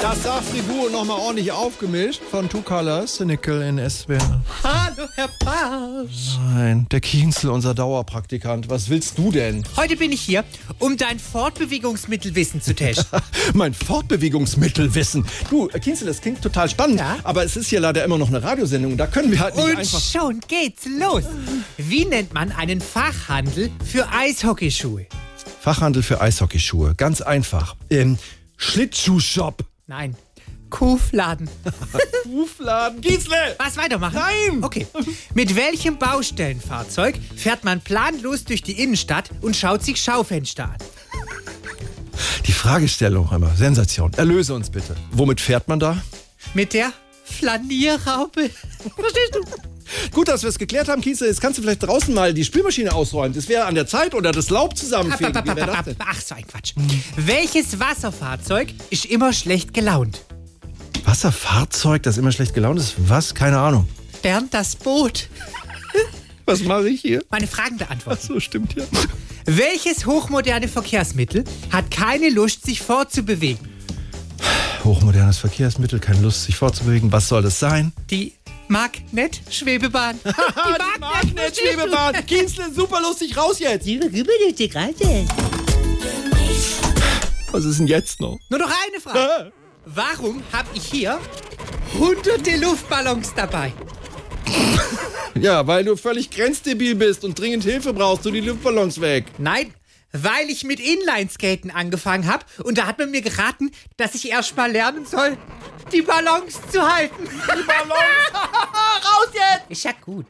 Das sah Fribourg nochmal ordentlich aufgemischt von Two Colors, Cynical in SWR. Hallo, Herr Barsch. Nein, der Kienzel, unser Dauerpraktikant. Was willst du denn? Heute bin ich hier, um dein Fortbewegungsmittelwissen zu testen. Mein Fortbewegungsmittelwissen. Du, äh, Kienzel, das klingt total spannend, Ja? aber es ist hier leider immer noch eine Radiosendung. Da können wir halt nicht Und einfach. schon geht's los. Wie nennt man einen Fachhandel für Eishockeyschuhe? Fachhandel für Eishockeyschuhe. Ganz einfach. Im Schlittschuhshop. Nein, Kuhfladen. Rufladen. Kienzle! Was weitermachen? Nein! Okay. Mit welchem Baustellenfahrzeug fährt man planlos durch die Innenstadt und schaut sich Schaufenster an? Die Fragestellung einmal. Sensation. Erlöse uns bitte. Womit fährt man da? Mit der Flanierraupe. Verstehst du? Gut, dass wir es geklärt haben, Kienzel. Jetzt kannst du vielleicht draußen mal die Spülmaschine ausräumen. Das wäre an der Zeit oder das Laub Ab, zusammenfegen. ab, Wie ab, wär ab, das ab. denn? Ach, so ein Quatsch. Welches Wasserfahrzeug ist immer schlecht gelaunt? Wasserfahrzeug, das immer schlecht gelaunt ist? Was? Keine Ahnung. Bernd das Boot. Was mache ich hier? Meine Fragen beantworten. So stimmt ja. Welches hochmoderne Verkehrsmittel hat keine Lust, sich fortzubewegen? Hochmodernes Verkehrsmittel, keine Lust, sich fortzubewegen. Was soll das sein? Die Magnet-Schwebebahn. Die Magnetschwebebahn. Kienzle, super lustig, raus jetzt. Was ist denn jetzt noch? Nur noch eine Frage. Warum habe ich hier hunderte Luftballons dabei? Ja, weil du völlig grenzdebil bist und dringend Hilfe brauchst, du die Luftballons weg. Nein, weil ich mit Inlineskaten angefangen habe und da hat man mir geraten, dass ich erst mal lernen soll, die Ballons zu halten. Die Ballons! Raus jetzt! Ist ja gut.